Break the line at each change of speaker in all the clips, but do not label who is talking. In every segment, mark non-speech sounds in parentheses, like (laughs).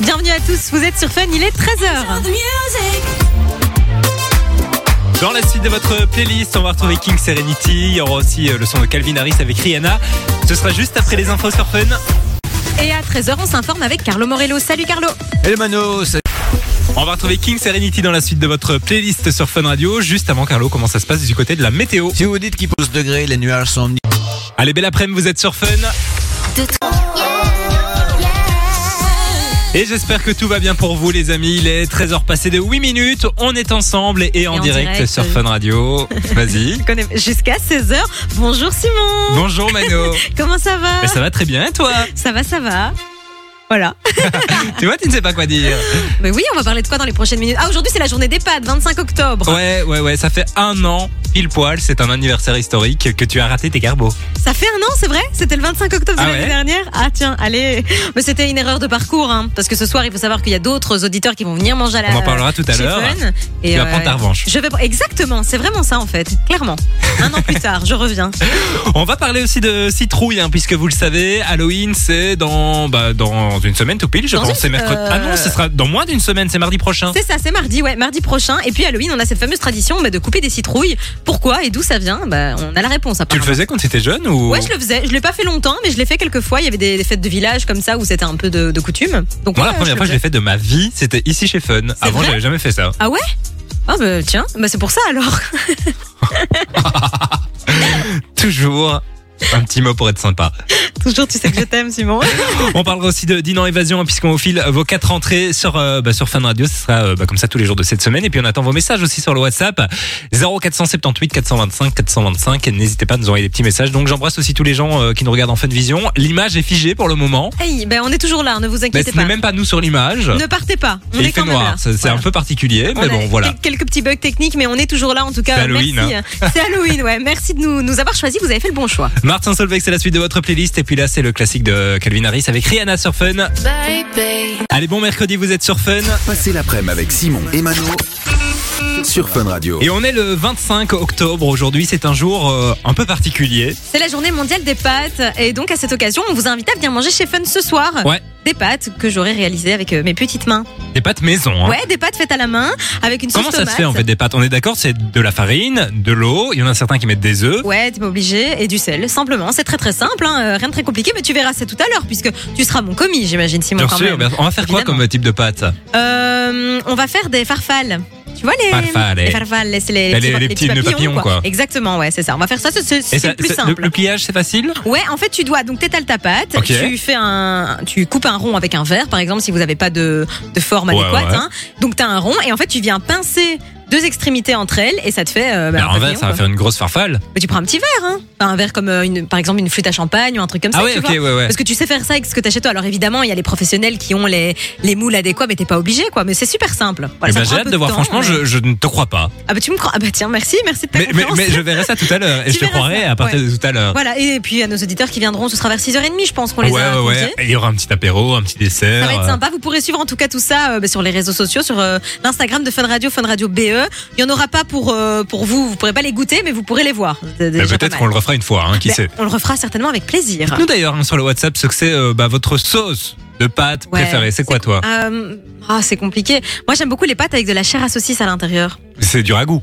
bienvenue à tous. Vous êtes sur Fun, il est 13h.
Dans la suite de votre playlist, on va retrouver King Serenity. Il y aura aussi euh, le son de Calvin Harris avec Rihanna. Ce sera juste après les infos sur Fun.
Et à 13h, on s'informe avec Carlo Morello. Salut Carlo.
Et Mano, On va retrouver King Serenity dans la suite de votre playlist sur Fun Radio. Juste avant, Carlo, comment ça se passe du côté de la météo
Si vous dites qu'il pose degré, les nuages sont omniprésents.
Allez, belle après-midi, vous êtes sur Fun. Et j'espère que tout va bien pour vous, les amis. Il est 13h passé de 8 minutes. On est ensemble et en,
en
direct,
direct,
sur
oui.
Fun Radio. (laughs) Vas-y.
Je connais- Jusqu'à 16h. Bonjour Simon.
Bonjour, (laughs) Mano.
Comment ça va
Mais ça va très bien, et toi
Ça va, ça va. Voilà.
Tu vois, tu ne sais pas quoi dire.
Mais oui, on va parler de quoi dans les prochaines minutes Ah, aujourd'hui, c'est la journée des pâtes, 25 octobre.
Ouais, ouais, ouais, ça fait un an, pile poil, c'est un anniversaire historique que tu as raté tes carbots.
Ça fait un an, c'est vrai C'était le 25 octobre de
Oh. Ah
l'année
ouais
dernière Ah tiens, allez Mais c'était une erreur de parcours, hein, parce que ce soir, il faut savoir qu'il y a d'autres auditeurs qui vont venir manger à la
On en parlera tout à
chez
l'heure.
Fun. Et euh,
vas prendre ta revanche.
Je vais... Exactement, c'est vraiment ça en fait, clairement. Un an plus tard, je reviens.
On va parler aussi de citrouille, hein, puisque vous le savez, Halloween c'est dans, bah, dans une semaine tout pile, je
Dans
pense.
une-
C'est mercredi.
euh,
Ah non, ce sera dans moins d'une semaine, c'est mardi prochain.
C'est ça, c'est mardi, ouais, mardi prochain. Et puis Halloween, on a cette fameuse tradition bah, de couper des citrouilles. Pourquoi et d'où ça vient bah, On a la réponse
Tu le
apparemment.
faisais quand tu étais jeune ou
Ouais, je le faisais. Je l'ai pas fait longtemps, mais je l'ai fait quelques fois. Il y avait des, des fêtes de village comme ça où c'était un peu de, de coutume. Donc
Moi, la
ouais,
première
le
fois que
faisais.
je l'ai fait de ma vie, c'était ici chez Fun. Avant,
vrai
j'avais jamais fait ça.
Ah ouais Ah bah tiens, bah c'est pour ça alors. (laughs)
Toujours un petit mot pour être sympa.
Toujours, tu sais que je t'aime, Simon.
On parlera aussi de Dinan Évasion, hein, puisqu'on vous file vos quatre entrées sur, euh, bah, sur Fun Radio. Ce sera euh, bah, comme ça tous les jours de cette semaine. Et puis on attend vos messages aussi sur le WhatsApp 0478 425 425. Et N'hésitez pas à nous envoyer des petits messages. Donc j'embrasse aussi tous les gens euh, qui nous regardent en Fun Vision. L'image est figée pour le moment.
Hey, ben on est toujours là, ne vous
Mais
inquiétez
ce n'est
pas.
même pas nous sur l'image.
Ne partez pas, on
Et
est
il fait
quand même là.
noir. C'est c'est
Voilà.
un peu particulier,
On
mais
a
bon, voilà.
quel- Quelques petits bugs techniques, mais on est toujours là en tout cas.
C'est Halloween, hein.
Merci. C'est Halloween, ouais. Merci de nous, nous avoir choisis, vous avez fait le bon choix.
Martin Solveig, c'est la suite de votre playlist. Et puis là, c'est le classique de Calvin Harris avec Rihanna sur Fun. Allez, bon mercredi, vous êtes sur Fun.
Passez l'après-midi avec Simon et Mano sur Fun Radio.
Et on est le 25 octobre aujourd'hui. C'est un jour euh, un peu particulier.
C'est la journée mondiale des pâtes, et donc à cette occasion, on vous invite à venir manger chez Fun ce soir.
Ouais.
Des pâtes que j'aurais réalisées avec euh, mes petites mains.
Des pâtes maison. hein.
Ouais, des pâtes faites à la main, avec une
Comment
sauce
ça se
tomate.
fait en fait des pâtes On est d'accord, c'est de la farine, de l'eau. Il y en a certains qui mettent des œufs.
Ouais, t'es pas obligé, et du sel, simplement. C'est très très simple, hein, euh, rien de très compliqué, mais tu verras ça tout à l'heure, puisque tu seras mon commis, j'imagine, Simon.
Bien
quand
sûr.
même.
bien sûr. On va faire quoi
Évidemment.
comme type de pâte
Euh, on va faire des farfales. Tu vois les
Farfales.
les farfales, c'est les,
Bah,
petits,
les-
pa-
les petits nœuds papillons, quoi.
Exactement, ouais, c'est ça. On va faire ça, c'est- c'est
Et
c'est
ça-
le plus
c'est-
simple. Ah
Le, le pliage, c'est facile.
Ouais, en fait, tu dois donc t'étales ta pâte,
Ok.
tu fais un, tu coupes un rond avec un verre, par exemple, si vous n'avez pas de, de forme
Ouais,
adéquate.
ouais.
Hein. Donc t'as un rond et en fait tu viens pincer deux extrémités entre elles et ça te fait. euh, bah,
Mais
un
en vrai,
papillon,
ça va
quoi.
faire une grosse farfale.
Mais tu prends un petit verre, hein. Enfin, un verre comme euh, une, par exemple une flûte à champagne ou un truc comme ça.
Ah ouais,
tu
ok,
vois.
ouais, ouais.
Parce que tu sais faire ça avec ce que t'as chez toi. Alors évidemment, il y a les professionnels qui ont les, les moules adéquats, mais t'es pas obligé, quoi. Mais c'est super simple. Voilà,
Eh
ça
ben,
prend
j'ai
un
hâte
peu
de voir.
temps,
Franchement,
mais-
je, je ne te crois pas.
Ah bah tu me crois. Ah bah tiens, merci, merci de ta
Mais, mais,
confiance.
mais je verrai ça tout à l'heure et
Tu
je te
verras
croirai
ça,
à partir
ouais.
de tout à l'heure.
Voilà, et puis à nos auditeurs qui viendront, ce sera vers 6h30, je pense qu'on les
Ouais,
a
ouais,
conviés.
ouais. Et Il y aura un petit apéro, un petit dessert.
Ça
euh,
va être sympa. Vous pourrez suivre en tout cas tout ça euh, bah, sur les réseaux sociaux, sur euh, l'Instagram de Fun Radio, Fun Radio BE. Il y en aura pas pour euh, pour vous. Vous pourrez pas les goûter, mais vous pourrez les voir. C'est
Mais
déjà pas
Peut-être
mal.
qu'on le refera une fois, hein, qui
Ben,
sait.
On le refera certainement avec plaisir.
Nous d'ailleurs hein, sur le WhatsApp, ce que c'est euh, bah, votre sauce de pâte
Ouais,
préférée. C'est quoi toi
Euh, ah, c'est compliqué. Moi, j'aime beaucoup les pâtes avec de la chair à saucisse à l'intérieur.
C'est du ragoût.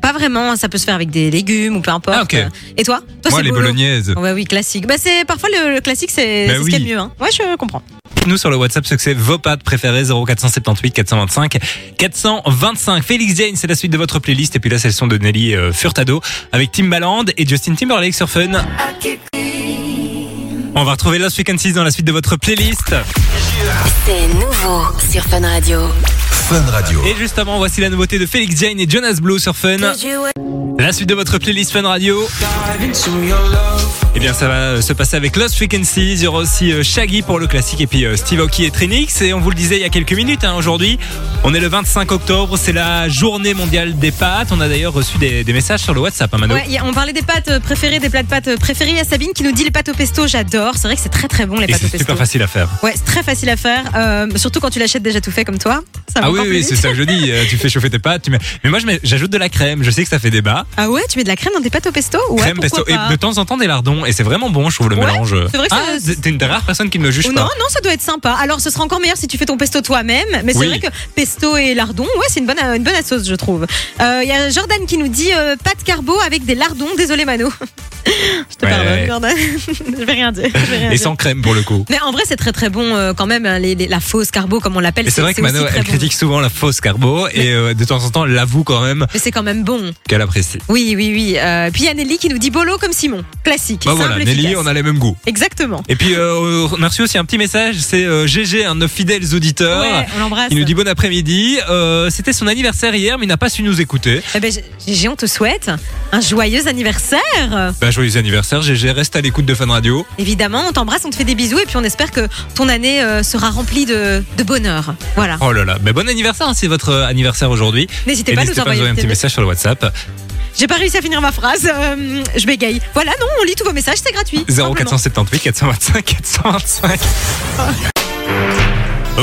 Pas vraiment, ça peut se faire avec des légumes ou peu importe.
Ah, ok.
Et toi, toi
Moi
c'est
les
bolo.
bolognaises.
Ouais, oui, classique. Bah, c'est parfois le, le classique, c'est
Bah
c'est ce qu'il y a
oui.
de mieux. Hein. Ouais, je comprends.
Nous sur le WhatsApp, ce que c'est vos pâtes préférées 0478 425 425. Félix Jane, c'est la suite de votre playlist. Et puis là, c'est le son de Nelly euh, Furtado avec Timbaland et Justin Timberlake sur Fun. On va retrouver Lost Weekend 6 dans la suite de votre playlist.
C'est nouveau sur Fun Radio.
Fun Radio.
Et justement, voici la nouveauté de Félix Jane et Jonas Blue sur Fun. La suite de votre playlist Fun Radio. Eh bien, ça va euh, se passer avec Lost Frequencies. Il y aura aussi euh, Shaggy pour le classique et puis euh, Steve Aoki et Trinix. Et on vous le disait il y a quelques minutes, hein, aujourd'hui, on est le 25 octobre, c'est la journée mondiale des pâtes. On a d'ailleurs reçu des, des messages sur le WhatsApp, hein, Mano.
Ouais, y a- on parlait des pâtes euh, préférées, des plats de pâtes euh, préférés. Il y a Sabine qui nous dit les pâtes au pesto, j'adore. C'est vrai que c'est très très bon les
Et
pâtes au
c'est
pesto.
super facile à faire.
Ouais, c'est très facile à faire, euh, surtout quand tu l'achètes déjà tout fait comme toi. Ça va
Ah oui,
encore plus
oui,
vite.
c'est ça que je dis. euh, tu fais chauffer tes pâtes. Tu mets... Mais moi, je mets- j'ajoute de la crème. Je sais que ça fait débat.
Ah ouais, tu mets de la crème dans tes pâtes au pesto Ouais,
crème,
pourquoi
pesto
pas.
et de temps en temps des lardons. Et c'est vraiment bon, je trouve, le
Ouais,
mélange.
c'est vrai que
ah,
ça-
t'es une des rares personnes qui ne me juge
Ou Oh
pas.
non, non, ça doit être sympa. Alors, ce sera encore meilleur si tu fais ton pesto toi-même. Mais c'est
Oui.
vrai que pesto et lardons, ouais, c'est une bonne, une bonne sauce, je trouve. Euh, Il y a Jordan qui nous dit euh, pâte carbo avec des lardons. Désolé, Mano. (laughs) je te
Ouais.
pardonne, Jordan. (laughs) je vais rien dire. je vais rien
Et
dire.
sans crème pour le coup.
Mais en vrai, c'est très très bon euh, quand même, hein, les- les- la fausse carbo, comme on l'appelle.
Et c'est vrai que
aussi
Mano,
très
elle
bon.
critique souvent la fausse carbo et euh, de temps en temps, elle l'avoue quand même
Mais c'est quand même bon.
qu'elle apprécie.
Oui, oui, oui. Euh, puis il y a Nelly qui nous dit bolo comme Simon. Classique.
Bah
simple,
voilà, Nelly,
efficace.
on a les mêmes goûts.
Exactement.
Et puis, euh, on a reçu aussi un petit message. C'est euh, GG, un de nos fidèles auditeurs.
Ouais, on l'embrasse.
Il nous dit bon après-midi. Euh, C'était son anniversaire hier, mais il n'a pas su nous écouter.
Eh ben, Gégé, on te souhaite un joyeux anniversaire.
Bah, joyeux anniversaire, GG. Reste à l'écoute de Fun Radio.
Évidemment, on t'embrasse, on te fait des bisous et puis on espère que ton année euh, sera remplie de, de bonheur. Voilà.
Oh là là. Bah, bon anniversaire, hein, c'est votre euh, anniversaire aujourd'hui.
N'hésitez
Et
pas à nous
n'hésitez pas à nous
envoyer
envoyer un
des
petit message sur le WhatsApp.
J'ai pas réussi à finir ma phrase. euh, je bégaye. Voilà, non, on lit tous vos messages, c'est gratuit. simplement.
0478 425
(laughs)
425.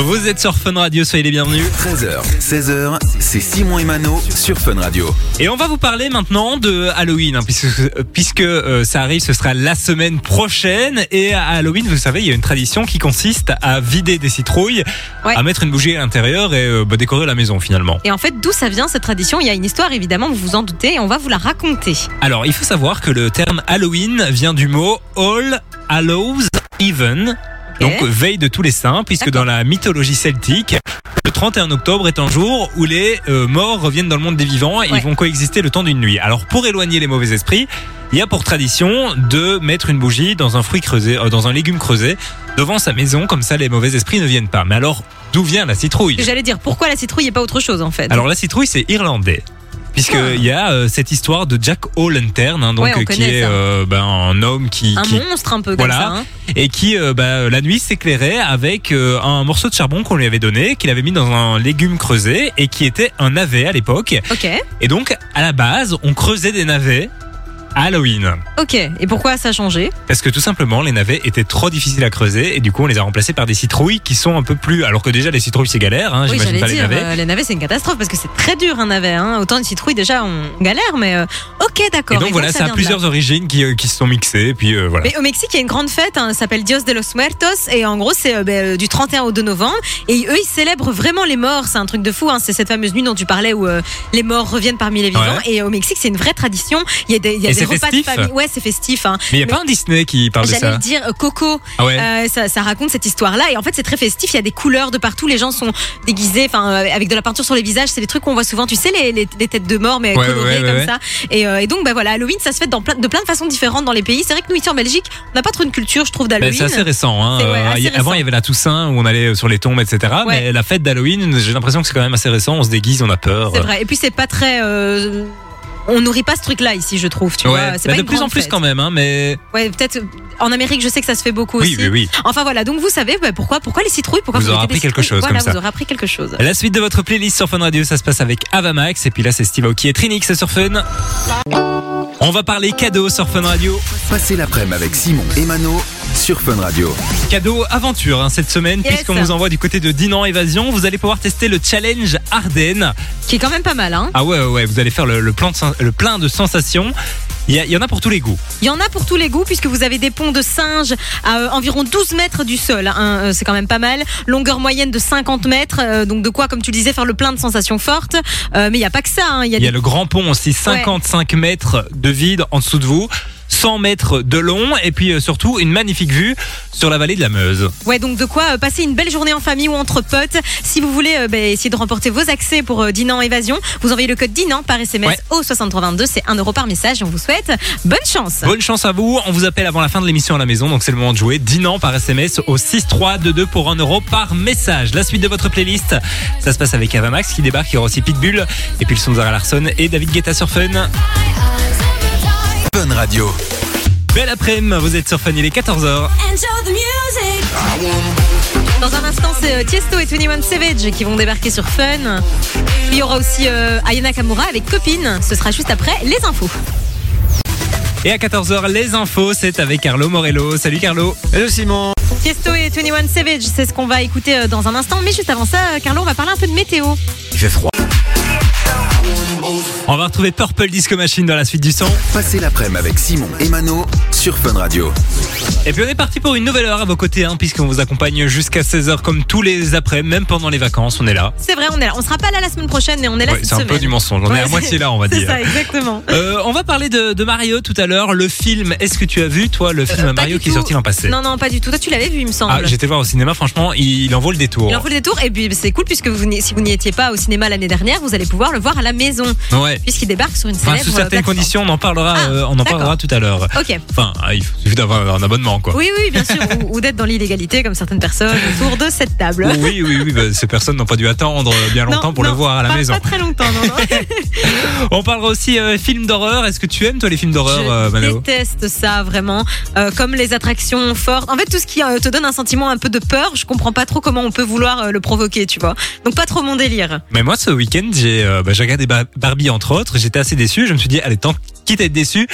Vous êtes sur Fun Radio, soyez les bienvenus.
13h, 16h, c'est Simon et Mano sur Fun Radio.
Et on va vous parler maintenant de Halloween, hein, puisque, puisque, euh, ça arrive, ce sera la semaine prochaine. Et à Halloween, vous savez, il y a une tradition qui consiste à vider des citrouilles,
Ouais.
à mettre une bougie à l'intérieur et euh, bah, décorer la maison finalement.
Et en fait, d'où ça vient cette tradition Il y a une histoire, évidemment, vous vous en doutez, et on va vous la raconter.
Alors, il faut savoir que le terme Halloween vient du mot All Hallows Even.
Ok.
Donc veille de tous les saints, puisque dans la mythologie celtique, le 31 octobre est un jour où les euh, morts reviennent dans le monde des vivants et
Ouais.
ils vont coexister le temps d'une nuit. Alors pour éloigner les mauvais esprits, il y a pour tradition de mettre une bougie dans un fruit creusé, euh, dans un légume creusé, devant sa maison, comme ça les mauvais esprits ne viennent pas. Mais alors d'où vient la citrouille
J'allais dire, pourquoi la citrouille et pas autre chose, en fait
alors la citrouille, c'est irlandais. Puisqu'il y a euh, cette histoire de Jack O'Lantern, hein, donc,
Ah. Ouais, on
euh, qui
connaît
est
ça.
euh, ben, un homme qui,
un
qui-
monstre un peu
Voilà.
comme ça. hein.
et qui euh, bah, la nuit s'éclairait avec euh, un morceau de charbon qu'on lui avait donné, qu'il avait mis dans un légume creusé et qui était un navet à l'époque.
Ok,
Et donc à la base, on creusait des navets à Halloween.
ok. Et pourquoi ça a changé
Parce que tout simplement, les navets étaient trop difficiles à creuser et du coup, on les a remplacés par des citrouilles qui sont un peu plus. Alors que déjà, les citrouilles, c'est galère, hein,
Oui,
j'imagine
j'allais
pas les
dire,
navets.
euh, les navets, c'est une catastrophe parce que c'est très dur un navet. hein. Autant une citrouille, déjà, on galère, mais euh, ok, d'accord.
Et donc voilà, ça a
vient de là.
plusieurs origines qui, euh, qui se sont mixées, et puis euh, voilà.
Mais au Mexique, il y a une grande fête, hein, ça s'appelle Dios de los Muertos, et en gros, c'est euh, ben, euh, du 31 au 2 novembre, et eux, ils célèbrent vraiment les morts, c'est un truc de fou, hein, c'est cette fameuse nuit dont tu parlais où euh, les morts reviennent parmi les vivants,
Ouais.
et au Mexique, c'est une vraie tradition, il y a des, il y a
Et
des
c'est
repas
festif
de famille, ouais, c'est festif, hein.
Mais il n'y a pas un Disney qui parle de
J'allais
ça.
le dire, euh, Coco,
Ah ouais.
euh, ça, ça raconte cette histoire-là. Et en fait, c'est très festif. Il y a des couleurs de partout. Les gens sont déguisés, enfin, euh, avec de la peinture sur les visages. C'est des trucs qu'on voit souvent. Tu sais, les, les- les têtes de mort, mais
Ouais,
colorées
ouais, ouais,
comme
ouais.
ça. Et, euh, et donc, bah voilà, Halloween, ça se fait dans plein, de plein de façons différentes dans les pays. C'est vrai que nous ici en Belgique, on n'a pas trop une culture, je trouve,
Ben,
d'Halloween.
c'est assez récent. Hein.
C'est, ouais,
Euh,
assez
il y-
récent.
Avant, il y avait la Toussaint où on allait euh, sur les tombes, etc.
Ouais.
Mais la fête d'Halloween, j'ai l'impression que c'est quand même assez récent. On se déguise, on a peur.
C'est vrai. Et puis, c'est pas très. euh, on nourrit pas ce truc-là ici, je trouve. Tu
Ouais.
vois, c'est
Ben,
pas
de
une
plus en
grande
plus
fête.
quand même. Hein, mais
Ouais, peut-être. En Amérique, je sais que ça se fait beaucoup
oui,
aussi.
oui, oui.
Enfin voilà, donc vous savez bah, pourquoi, pourquoi les citrouilles, pourquoi
Vous
vous,
aurez
mettez des
appris quelque
citrouilles.
chose comme
Voilà,
ça.
vous aurez appris quelque chose.
La suite de votre playlist sur Fun Radio, ça se passe avec Avamax. Et puis là, c'est Steve Aoki et Trinix sur Fun. On va parler cadeaux sur Fun Radio.
Passez l'après-midi avec Simon et Mano sur Fun Radio.
Cadeau aventure hein, cette semaine,
Yes.
puisqu'on vous envoie du côté de Dinan Évasion. Vous allez pouvoir tester le challenge Ardennes.
Qui est quand même pas mal, hein.
Ah ouais, ouais, ouais, vous allez faire le, le plan de sen- le plein de sensations. Il y, a- il y en a pour tous les goûts.
Il y en a pour tous les goûts puisque vous avez des ponts de singes à euh, environ 12 mètres du sol. hein, euh, c'est quand même pas mal. Longueur moyenne de 50 mètres. euh, donc de quoi, comme tu le disais, faire le plein de sensations fortes. Euh, mais il n'y a pas que ça. hein, Il y a
Il y a
des...
le grand pont aussi, 55 mètres de vide en dessous de vous. 100 mètres de long et puis euh, surtout une magnifique vue sur la vallée de la Meuse.
ouais, donc de quoi euh, passer une belle journée en famille ou entre potes. Si vous voulez euh, bah, essayer de remporter vos accès pour euh, Dinan Évasion, vous envoyez le code Dinan par SMS
Ouais.
au 6322. C'est 1 euro par message. On vous souhaite bonne chance.
Bonne chance à vous, on vous appelle avant la fin de l'émission à la maison donc c'est le moment de jouer. Dinan par SMS au 6322 pour 1 euro par message. La suite de votre playlist, ça se passe avec Avamax qui débarque, il y aura aussi Pitbull et puis le son de Zara Larson et David Guetta sur Fun.
Fun Radio.
Belle après-midi, vous êtes sur Fun, il est 14h.
Dans un instant, c'est euh, Tiesto et 21 Savage qui vont débarquer sur Fun. Il y aura aussi euh, Ayana Kamura avec Copine. Ce sera juste après les infos.
Et à 14h, les infos, c'est avec Carlo Morello. Salut Carlo.
Hello Simon
Tiesto et 21 Savage, c'est ce qu'on va écouter euh, dans un instant. Mais juste avant ça, euh, Carlo, on va parler un peu de météo.
Il fait froid. On va retrouver Purple Disco Machine dans la suite du son.
Passez l'après-midi avec Simon et Mano sur Fun Radio.
Et puis on est parti pour une nouvelle heure à vos côtés, hein, puisqu'on vous accompagne jusqu'à 16h comme tous les après, même pendant les vacances, on est là.
C'est vrai, on est là. On sera pas là la semaine prochaine, mais on est là
Ouais,
cette
c'est un
semaine.
peu du mensonge, on
Ouais,
est à
c'est-
moitié là, on va
(laughs) C'est
dire.
ça,
(laughs)
exactement.
Euh, on va parler de, de Mario tout à l'heure, le film. Est-ce que tu as vu, toi, le film
Euh, Pas
Mario
du
qui est
tout.
sorti l'an passé
Non, non, pas du tout. Toi, tu l'avais vu, il me
Ah,
semble.
j'étais voir au cinéma, franchement, il en vaut le détour.
il en faut le détour et puis c'est cool puisque vous, n'y- si vous n'y étiez pas au cinéma l'année dernière, vous allez pouvoir le voir à la maison
Ouais.
puisqu'il débarque sur une
Enfin,
célèbre
sous certaines
plateforme.
conditions, on en parlera, euh, on en
d'accord.
parlera tout à l'heure.
Ok.
Enfin, ah, il suffit d'avoir un abonnement, quoi.
Oui, oui, bien sûr, ou, ou d'être dans l'illégalité comme certaines personnes autour de cette table.
oui, oui, oui, bah, ces personnes n'ont pas dû attendre euh, bien
Hein Non,
longtemps pour
non,
le voir à la
pas-
maison.
Pas très longtemps, non, non.
On parlera aussi euh, films d'horreur. Est-ce que tu aimes, toi, les films d'horreur, euh,
Je
Mano
déteste ça vraiment. Euh, comme les attractions fortes. En fait, tout ce qui euh, te donne un sentiment un peu de peur, je comprends pas trop comment on peut vouloir euh, le provoquer, tu vois. Donc pas trop mon délire.
Mais moi, ce week-end, j'ai euh, bah, j'ai regardé Ba- Barbie, entre autres. J'étais assez déçu. Je me suis dit, allez, tant quitte à être déçu,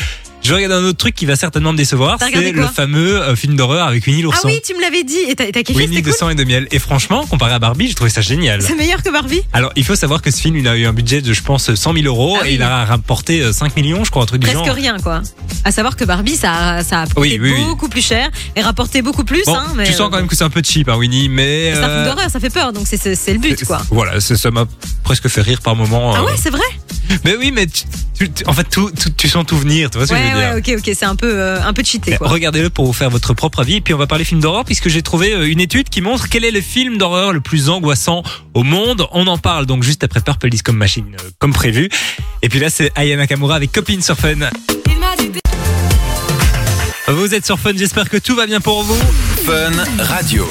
je regarde un autre truc qui va certainement me décevoir.
T'as regardé
C'est le
quoi
fameux euh, film d'horreur avec Winnie
Ah
l'ourson.
oui, tu me l'avais dit et t'as t'as kiffé,
Winnie
c'était
de
cool.
sang et de miel. Et franchement, comparé à Barbie, j'ai trouvé ça génial.
C'est meilleur que Barbie
Alors, il faut savoir que ce film, il a eu un budget de, je pense, 100 000 euros
Ah oui.
et il a rapporté euh, 5 millions, je crois, un truc du
Presque
genre.
rien, quoi. À savoir que Barbie, ça, a- ça a coûté
Oui, oui, oui.
beaucoup plus cher et rapporté beaucoup plus.
Bon,
hein, mais
tu sens quand même que c'est un peu cheap, hein, Winnie, mais.
C'est un film
euh,
d'horreur, ça fait peur, donc c'est- c'est c'est le but,
c'est-
quoi.
Voilà, c'est- ça m'a presque fait rire par moment.
Ah
euh,
ouais, c'est vrai
Mais oui, mais tu- tu- tu- en fait, tout, tout- tu sens tout venir, tu vois ce que je
Ouais,
veux dire.
ouais, ok, ok, c'est un peu, euh, un peu cheaté,
Mais
quoi.
Regardez-le pour vous faire votre propre avis. Et puis on va parler film d'horreur puisque j'ai trouvé euh, une étude qui montre quel est le film d'horreur le plus angoissant au monde. On en parle donc juste après Purple Disco Machine euh, comme prévu. Et puis là c'est Aya Nakamura avec Copine sur Fun. Vous êtes sur Fun, j'espère que tout va bien pour vous.
Fun Radio.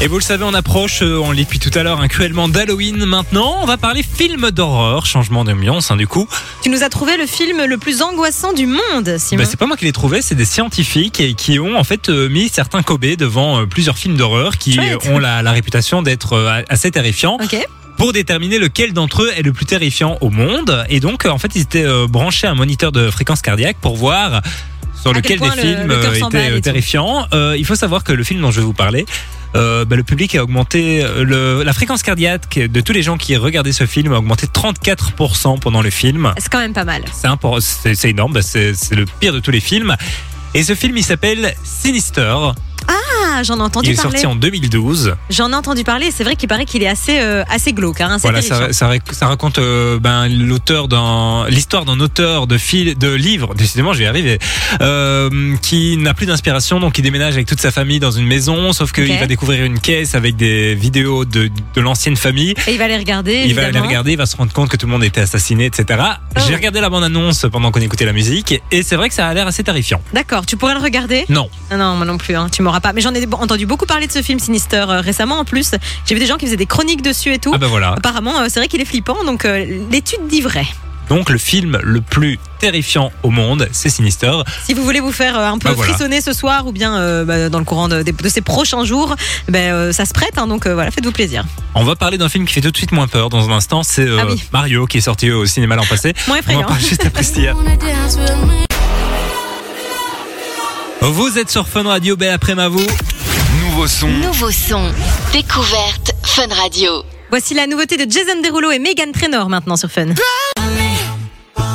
Et vous le savez, on approche, euh, on le lit depuis tout à l'heure, hein, cruellement d'Halloween. Maintenant, on va parler film d'horreur, changement d'ambiance hein, du coup.
Tu nous as trouvé le film le plus angoissant du monde, Simon.
Bah, c'est pas moi qui l'ai trouvé, c'est des scientifiques et qui ont en fait euh, mis certains Kobe devant euh, plusieurs films d'horreur qui
Chouette.
euh, ont la, la réputation d'être euh, assez terrifiants
Ok.
pour déterminer lequel d'entre eux est le plus terrifiant au monde. Et donc euh, en fait ils étaient euh, branchés à un moniteur de fréquence cardiaque pour voir sur
À quel
lequel
point
des
le-
films
le cœur
euh,
s'emballe
étaient
et
euh,
tout.
terrifiants. Euh, il faut savoir que le film dont je vais vous parler, euh, bah, le public a augmenté, euh, le, la fréquence cardiaque de tous les gens qui regardaient ce film a augmenté de 34% pendant le film.
C'est quand même pas mal.
C'est impor- c'est c'est énorme, bah, c'est c'est le pire de tous les films. Et ce film, il s'appelle Sinister.
Ah, j'en ai
Il
entendu
est
parler.
sorti en 2012.
J'en ai entendu parler. C'est vrai qu'il paraît qu'il est assez, euh, assez glauque. Hein, assez
Voilà,
terrifiant.
ça, ça rac- ça raconte euh, ben, l'auteur d'un, l'histoire d'un auteur de fil, de livres. Décidément, je vais y arriver. euh, qui n'a plus d'inspiration, donc il déménage avec toute sa famille dans une maison. Sauf qu'il
Ok.
va découvrir une caisse avec des vidéos de, de l'ancienne famille.
Et il va les regarder.
Il va aller
évidemment.
regarder, il va se rendre compte que tout le monde était assassiné, etc.
Oh.
J'ai regardé la bande-annonce pendant qu'on écoutait la musique, et c'est vrai que ça a l'air assez terrifiant.
D'accord. Tu pourrais le regarder
Non.
Ah Non, moi non plus. hein, tu m'auras pas. Mais j'en ai entendu beaucoup parler de ce film Sinister euh, récemment. En plus, j'ai vu des gens qui faisaient des chroniques dessus et tout.
Ah bah voilà.
Apparemment, euh, c'est vrai qu'il est flippant. Donc euh, l'étude dit vrai.
Donc le film le plus terrifiant au monde, c'est Sinister.
Si vous voulez vous faire euh, un peu
Bah, voilà.
frissonner ce soir ou bien euh, bah, dans le courant de, de ces prochains jours, ben, euh, ça se prête. hein, donc euh, voilà, faites-vous plaisir.
On va parler d'un film qui fait tout de suite moins peur dans un instant, c'est euh,
Ah oui.
Mario qui est sorti au cinéma l'an passé.
Moins
On en
effrayant.
parle juste après ce tir. Vous êtes sur Fun Radio, belle après ma vous.
Nouveau son.
Nouveau son. Découverte Fun Radio.
Voici la nouveauté de Jason Derulo et Megan Trainor maintenant sur Fun.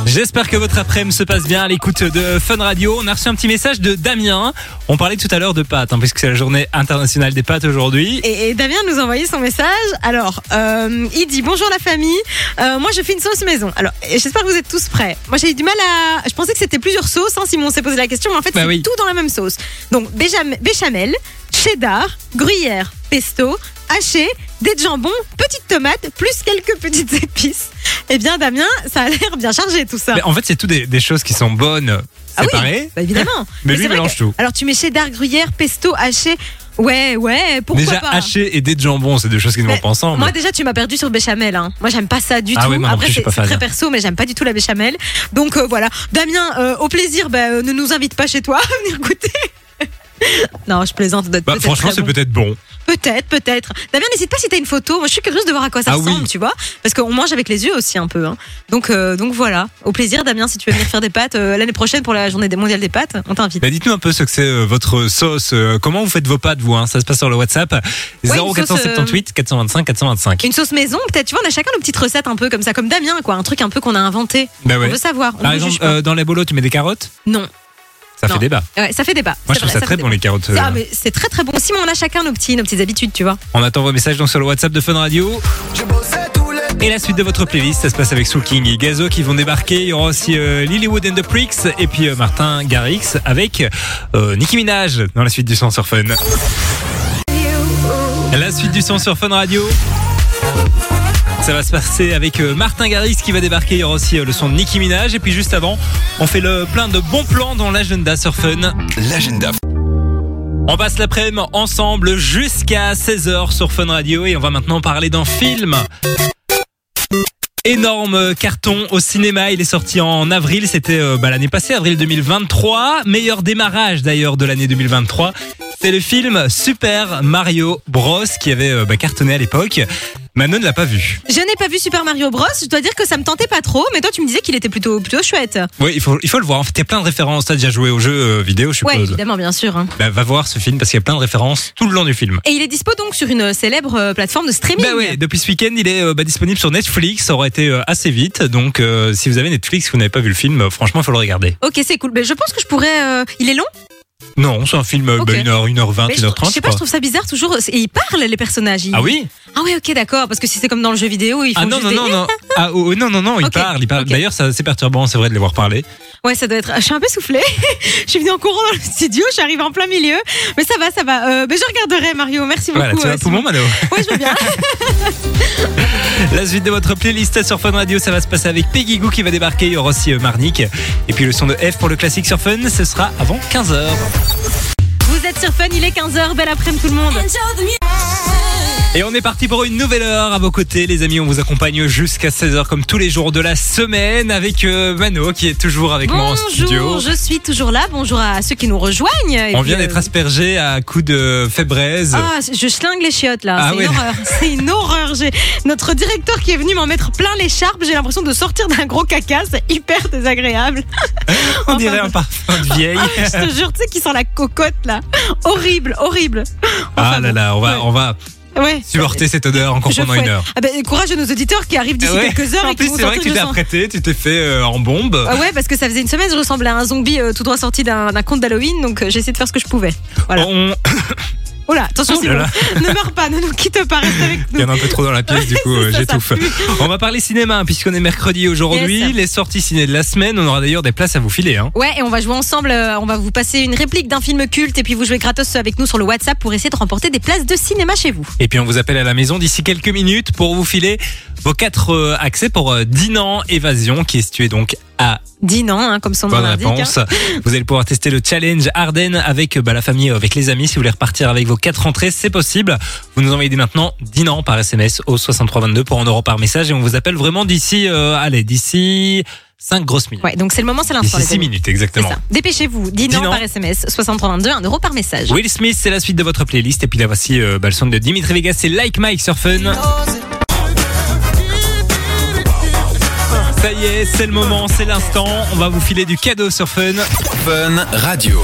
J'espère que votre après-midi se passe bien à l'écoute de Fun Radio. On a reçu un petit message de Damien. On parlait tout à l'heure de pâtes, hein, puisque c'est la journée internationale des pâtes aujourd'hui.
Et, et Damien nous a envoyé son message. Alors, euh, il dit bonjour la famille. Euh, moi, je fais une sauce maison. Alors, et j'espère que vous êtes tous prêts. Moi, j'ai eu du mal à. Je pensais que c'était plusieurs sauces. Hein, Simon s'est posé la question, mais en fait,
Bah
c'est
oui.
tout dans la même sauce. Donc, bécham- béchamel, cheddar, gruyère, pesto, haché, des jambons, petites tomates, plus quelques petites (laughs) épices. Eh bien, Damien, ça a l'air bien chargé tout ça.
Mais Ben, en fait, c'est tout des, des choses qui sont bonnes
Ah oui.
séparées.
Bah, évidemment.
(laughs) Mais lui,
c'est vrai
mélange
que-
tout.
Alors, tu mets cheddar, gruyère, pesto, haché. Ouais, ouais, pourquoi
Déjà
pas hein.
haché et des jambons, c'est deux choses qui ne vont
Mais
pas ensemble.
Moi déjà tu m'as perdu sur béchamel. Hein. Moi j'aime pas ça du
Ah
tout.
ouais, moi non
Après
plus, je suis
c'est
pas
c'est
fan.
très perso mais j'aime pas du tout la béchamel. Donc euh, voilà. Damien, euh, au plaisir, bah, euh, ne (laughs) nous invite pas chez toi à venir goûter. non, je plaisante. ça doit être
Bah,
peut-être
franchement,
très
c'est
bon.
peut-être bon.
Peut-être, peut-être. Damien, n'hésite pas si t'as une photo. Moi, je suis curieuse de voir à quoi ça
Ah oui.
ressemble, tu vois. Parce qu'on mange avec les yeux aussi un peu. hein. Donc, euh, donc voilà. Au plaisir, Damien, si tu veux venir faire des pâtes euh, l'année prochaine pour la journée des- mondiale des pâtes, on t'invite.
Bah, dites-nous un peu ce que c'est euh, votre sauce. euh, comment vous faites vos pâtes, vous hein Ça se passe sur le WhatsApp.
une euh,
0478 425 425.
Une sauce maison, peut-être. Tu vois, on a chacun nos petites recettes un peu comme ça, comme Damien, quoi. Un truc un peu qu'on a inventé.
Bah ouais.
On veut savoir. On
Par
ne
exemple,
juge pas.
euh, dans les bolos, tu mets des carottes
Non.
Ça
Non.
fait débat.
Ouais, ça fait débat.
Moi,
C'est
je trouve
vrai,
ça
fait
très bon,
débat.
les carottes.
Ah,
euh,
mais c'est très très bon. Si mais on a chacun nos, petits, nos petites habitudes, tu vois.
On attend vos messages donc sur le WhatsApp de Fun Radio. Et la suite de votre playlist, ça se passe avec Soul King et Gazo qui vont débarquer. Il y aura aussi euh, Lilywood and the Pricks et puis euh, Martin Garrix avec euh, Nicki Minaj dans la suite du son sur Fun. La suite du son sur Fun Radio. Ça va se passer avec euh, Martin Garrix qui va débarquer. Il y aura aussi euh, le son de Nicki Minaj. Et puis juste avant, on fait le plein de bons plans dans l'agenda sur Fun.
L'agenda.
On passe l'après-midi ensemble jusqu'à 16h sur Fun Radio et on va maintenant parler d'un film. Énorme carton au cinéma, il est sorti en avril, c'était euh, bah, l'année passée, avril 2023. Meilleur démarrage d'ailleurs de l'année 2023. C'est le film Super Mario Bros qui avait euh, bah, cartonné à l'époque. Manon ne l'a pas vu.
Je n'ai pas vu Super Mario Bros. Je dois dire que ça me tentait pas trop, mais toi, tu me disais qu'il était plutôt, plutôt chouette.
Oui, il faut, il faut le voir. En fait, il y a plein de références. T'as déjà joué au jeu euh, vidéo, je
Ouais,
suppose.
évidemment, bien sûr. hein.
Bah, va voir ce film parce qu'il y a plein de références tout le long du film.
Et il est dispo donc sur une célèbre euh, plateforme de streaming.
Bah ouais, depuis ce week-end, il est euh, bah, disponible sur Netflix. Ça aurait été euh, assez vite. Donc, euh, si vous avez Netflix, si vous n'avez pas vu le film, euh, franchement, il faut le regarder.
Ok, c'est cool. Mais je pense que je pourrais. euh, Il est long,
Non, c'est un film euh,
Ok.
bah, 1h, 1h20,
mais je,
1h30.
je sais pas, je trouve ça bizarre toujours. Et ils parlent, les personnages. ils-
Ah oui
Ah oui, ok, d'accord. Parce que si c'est comme dans le jeu vidéo, ils font
Ah non,
juste
non,
des-
non, non. Ah oh, oh, non, non, non, il
Ok,
parle. Il parle.
ok.
D'ailleurs, ça, c'est perturbant, c'est vrai, de les voir parler.
Ouais, ça doit être. Je suis un peu soufflée. (laughs) je suis venue en courant dans le studio, je suis arrivée en plein milieu. Mais ça va, ça va. Euh, mais je regarderai, Mario. Merci
Voilà,
beaucoup.
tu
euh,
vas pour mon Mano.
Simon. Ouais, je veux bien.
(laughs) La suite de votre playlist sur Fun Radio, ça va se passer avec Peggy Goo qui va débarquer. Il y aura aussi euh, Marnik. Et puis le son de F pour le classique sur Fun, ce sera avant 15h.
Vous êtes sur Fun, il est 15h. Belle après-midi, tout le monde.
Et on est parti pour une nouvelle heure à vos côtés, les amis. On vous accompagne jusqu'à 16h comme tous les jours de la semaine avec euh, Mano qui est toujours avec moi en studio.
Bonjour, je suis toujours là. Bonjour à ceux qui nous rejoignent. Et
On
puis,
vient
euh,
d'être aspergé à coups de fébraise.
Ah, je schlingue les chiottes là.
Ah
c'est
ouais.
une horreur. (laughs) C'est une horreur. J'ai notre directeur qui est venu m'en mettre plein l'écharpe. J'ai l'impression de sortir d'un gros caca. C'est hyper désagréable.
(laughs) on dirait un parfum de vieille.
bah, ah, je te jure, tu sais, qui sent la cocotte là. Horrible, horrible.
ah
Enfin,
là
bon.
là, on va,
Ouais.
on va
Ouais.
supporter cette odeur encore
Je
pendant
fouette.
une heure. Ah
Ah ben, courage à nos auditeurs qui arrivent d'ici
Ouais.
quelques heures
en
et qui
plus,
vont
c'est vrai
sortir
que tu
du
t'es
sang.
apprêté, tu t'es fait euh, en bombe.
Ah ouais, parce que ça faisait une semaine, je ressemblais à un zombie euh, tout droit sorti d'un d'un conte d'Halloween, donc euh, j'ai essayé de faire ce que je pouvais. Voilà.
On-
Oh là, attention,
Oh
c'est
là
bon.
là.
ne meurs pas, ne nous quitte pas, reste avec
Il y en
nous.
a un peu trop dans la pièce, du coup,
c'est (laughs)
euh,
ça, ça
j'étouffe.
pue.
On va parler cinéma, hein, puisqu'on est mercredi aujourd'hui.
Yes.
Les sorties ciné de la semaine, on aura d'ailleurs des places à vous filer. Hein.
Ouais, et on va jouer ensemble. euh, on va vous passer une réplique d'un film culte et puis vous jouez gratos avec nous sur le WhatsApp pour essayer de remporter des places de cinéma chez vous.
Et puis on vous appelle à la maison d'ici quelques minutes pour vous filer vos quatre euh, accès pour euh, Dinan Évasion qui est situé donc à
Dinan, hein, comme son nom
bonne
l'indique. hein.
réponse. Vous allez pouvoir tester le challenge Ardennes avec euh, bah, la famille, euh, avec les amis. Si vous voulez repartir avec vos quatre entrées, c'est possible. Vous nous envoyez dès maintenant Dinan par SMS au 6322 pour en euro par message et on vous appelle vraiment d'ici, euh, allez, d'ici 5 grosses minutes.
Ouais, donc c'est le moment, c'est l'instant.
D'ici
les
6
amis.
minutes
C'est
exactement.
ça. Dépêchez-vous, Dinan
Dinan.
par SMS, 6322, 1 euro par message.
Will Smith, c'est la suite de votre playlist. Et puis là, voici euh, bah, le son de Dimitri Vegas, c'est Like Mike sur Fun. Ça y est, c'est le moment, c'est l'instant. On va vous filer du cadeau sur Fun.
Fun Radio.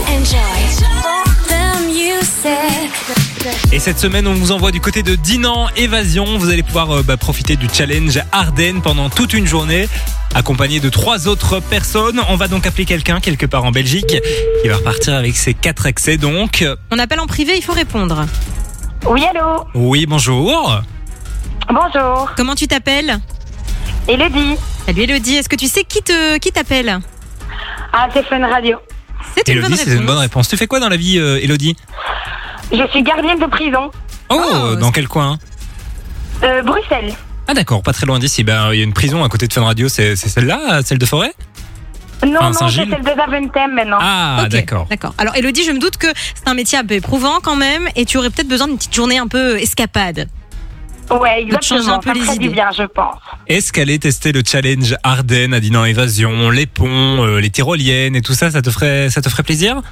Et cette semaine, on vous envoie du côté de Dinan Évasion. Vous allez pouvoir euh, bah, profiter du challenge Ardennes pendant toute une journée, accompagné de trois autres personnes. On va donc appeler quelqu'un quelque part en Belgique qui va repartir avec ses quatre accès. Donc,
On appelle en privé, il faut répondre.
Oui, allô
oui, bonjour.
Bonjour,
Comment tu t'appelles
Elodie.
Salut Elodie, est-ce que tu sais qui te qui t'appelle
Ah, c'est Fun Radio.
C'est une bonne
Elodie,
réponse.
c'est une bonne réponse. Tu fais quoi dans la vie, euh, Elodie
Je suis gardienne de prison,
Oh,
Oh,
dans quel coin
euh, Bruxelles.
Ah d'accord, pas très loin d'ici. Ben, il y a une prison à côté de Fun Radio, c'est c'est celle-là, celle de Forêt
Non,
Ah,
non, c'est
Saint-Gilles
celle de Zaventem maintenant.
Ah
Ok,
d'accord.
D'accord. Alors Elodie, je me doute que c'est un métier un peu éprouvant quand même et tu aurais peut-être besoin d'une petite journée un peu escapade.
ouais,
de changer
exactement.
un peu
Ça
les
ferait du
idées.
bien, je pense.
Est-ce qu'elle est tester le challenge Ardennes à Dinan Évasion, les ponts, euh, les tyroliennes et tout ça, ça te ferait ça te ferait plaisir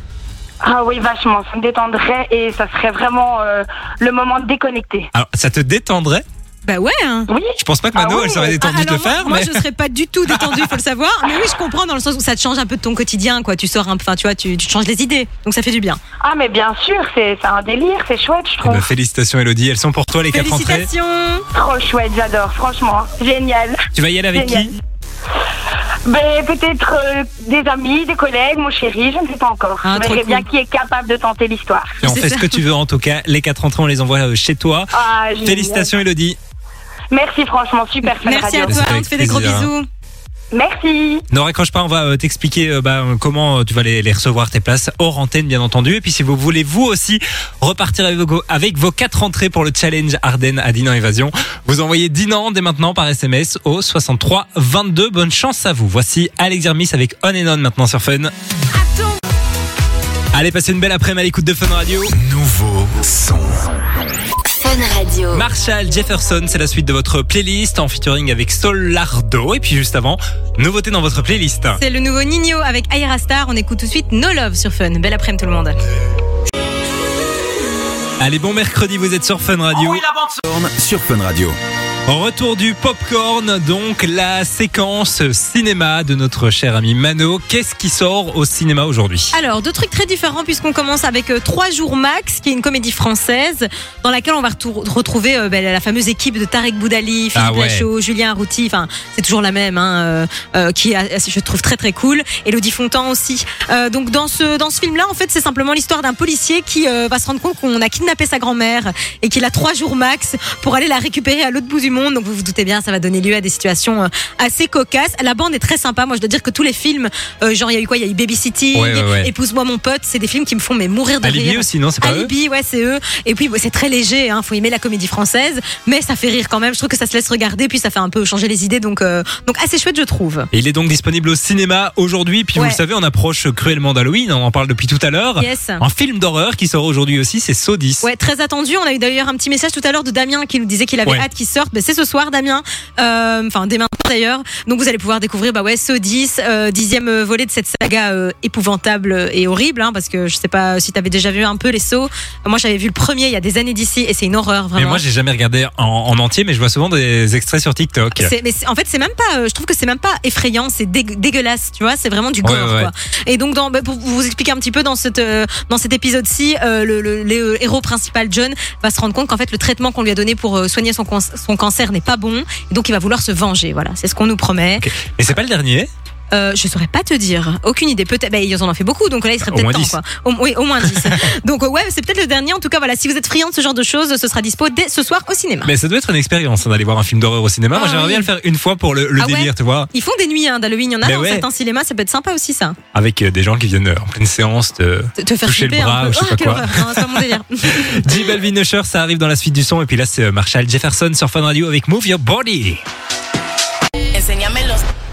Ah oui, vachement. Ça me détendrait et ça serait vraiment euh, le moment de déconnecter.
Alors, ça te détendrait
Bah ouais. hein.
Oui
Je pense pas que
Ah
Mano,
oui.
elle serait détendue
Ah,
de te
alors moi-
faire,
moi,
mais.
je serais pas du tout détendue, faut le savoir. Mais oui, je comprends dans le sens où ça te change un peu de ton quotidien, quoi. Tu sors un, enfin, tu vois, tu, tu changes les idées, donc ça fait du bien.
Ah mais bien sûr, c'est c'est un délire, c'est chouette, je
Eh ben,
Bah,
trouve.
félicitations, Elodie. Elles sont pour toi, les quatre entrées.
Félicitations.
Trop chouette, j'adore, franchement. Génial.
Tu vas y aller avec
Génial.
qui
Ben, peut-être euh, des amis, des collègues, mon chéri, je ne sais pas encore.
Ah,
je
trop
verrai bien
cool.
qui est capable de tenter l'histoire.
Et On
C'est
fait ce
ça.
que tu veux, en tout cas. Les quatre entrées, on les envoie euh, chez toi.
Ah, génial.
Félicitations, Elodie.
Merci franchement, super Fun
Merci à
Radio.
toi,
Avec
on te fait des gros
plaisir.
bisous.
Merci.
Ne raccroche pas, on va euh, t'expliquer euh, bah, euh, comment euh, tu vas les, les recevoir tes places hors antenne bien entendu. Et puis si vous voulez vous aussi repartir avec vos, avec vos quatre entrées pour le challenge Ardennes à Dinan Évasion, vous envoyez Dinan dès maintenant par SMS au 63 22. Bonne chance à vous. Voici Alex Hermis avec On and On maintenant sur Fun. Allez, passez une belle après-midi à l'écoute de Fun Radio.
Oh. Nouveau son.
Fun Radio.
Marshall Jefferson, c'est la suite de votre playlist en featuring avec Solardo. Et puis juste avant, nouveauté dans votre playlist.
C'est le nouveau Nino avec Aira Star. On écoute tout de suite No Love sur Fun. Belle après-midi tout le monde.
Allez, bon mercredi, vous êtes sur Fun Radio.
Corne Sur Fun Radio.
Retour du popcorn, donc la séquence cinéma de notre cher ami Mano. Qu'est-ce qui sort au cinéma aujourd'hui
Alors, deux trucs très différents puisqu'on commence avec euh, Trois jours max, qui est une comédie française dans laquelle on va retour- retrouver euh, ben, la fameuse équipe de Tarek Boudali, Philippe
Ah ouais.
Lachaud, Julien Arrouti, enfin c'est toujours la même, hein, euh, euh, qui a- je trouve très très cool. Elodie Fontan aussi. Euh, donc dans ce dans ce film-là, en fait, c'est simplement l'histoire d'un policier qui euh, va se rendre compte qu'on a kidnappé sa grand-mère et qu'il a trois jours max pour aller la récupérer à l'autre bout du monde. Donc vous vous doutez bien, ça va donner lieu à des situations euh, assez cocasses. La bande est très sympa. Moi, je dois dire que tous les films, euh, genre il y a eu quoi Il y a eu Babysitting,
Ouais, ouais, ouais.
Épouse-moi mon pote, c'est des films qui me font mais mourir de
Alibi
rire.
aussi, non C'est pas eux
Alibi, ouais, c'est eux. Et puis, bon, c'est très léger, hein. faut aimer la comédie française, mais ça fait rire quand même. Je trouve que ça se laisse regarder, puis ça fait un peu changer les idées, donc, euh, donc assez chouette, je trouve.
Et Il est donc disponible au cinéma aujourd'hui. Puis vous
Ouais.
le savez, on approche cruellement d'Halloween, on en parle depuis tout à l'heure.
Yes.
Un film d'horreur qui sort aujourd'hui aussi, c'est Saw 10.
Ouais, très attendu. On a eu d'ailleurs un petit message tout à l'heure de Damien qui nous disait qu'il avait
Ouais.
hâte qu'il sorte. Ben, c'est ce soir, Damien. Euh, Enfin, dès maintenant d'ailleurs. Donc vous allez pouvoir découvrir, bah ouais, ce 10, euh, dixième euh, volet de cette saga euh, épouvantable et horrible, hein, parce que je sais pas si t'avais déjà vu un peu les sauts. Moi, j'avais vu le premier il y a des années d'ici et c'est une horreur
Mais
vraiment.
moi, j'ai jamais regardé en, en entier, mais je vois souvent des extraits sur TikTok.
C'est- mais c'est- en fait, c'est même pas. euh, je trouve que c'est même pas effrayant, c'est dégue- dégueulasse, tu vois. C'est vraiment du
Ouais,
gore.
ouais.
Quoi. Et donc, dans, bah, pour vous expliquer un petit peu dans cette euh, dans cet épisode-ci, euh, le, le- le héros principal John va se rendre compte qu'en fait le traitement qu'on lui a donné pour euh, soigner son, can- son cancer n'est pas bon, et donc il va vouloir se venger. Voilà, c'est ce qu'on nous promet.
Et c'est pas le dernier
Euh, je saurais pas te dire. Aucune idée. Peut-être. bah, ils en ont fait beaucoup, donc là, il serait
Au
peut-être
moins
temps.
10.
Quoi. Au- oui, au moins
(laughs)
10. donc, euh, ouais, c'est peut-être le dernier. En tout cas, voilà, si vous êtes friand de ce genre de choses, ce sera dispo dès ce soir au cinéma.
Mais ça doit être une expérience hein, d'aller voir un film d'horreur au cinéma. Moi,
Ah,
j'aimerais
oui.
bien le faire une fois pour le, le
Ah ouais.
délire, tu vois,
Ils font des nuits hein, d'Halloween. Il y en a
Mais
dans
ouais.
certains cinémas, ça peut être sympa aussi, ça.
avec euh, des gens qui viennent euh, en pleine séance de.
te, te faire
Toucher le
flipper
bras
un peu.
ou je sais
Ah,
pas
quelle
quoi.
horreur. Non, c'est pas mon
(laughs)
délire.
J Balvin Usher, ça arrive dans la suite du son. Et puis là, c'est euh, Marshall Jefferson sur Fun Radio avec Move Your Body.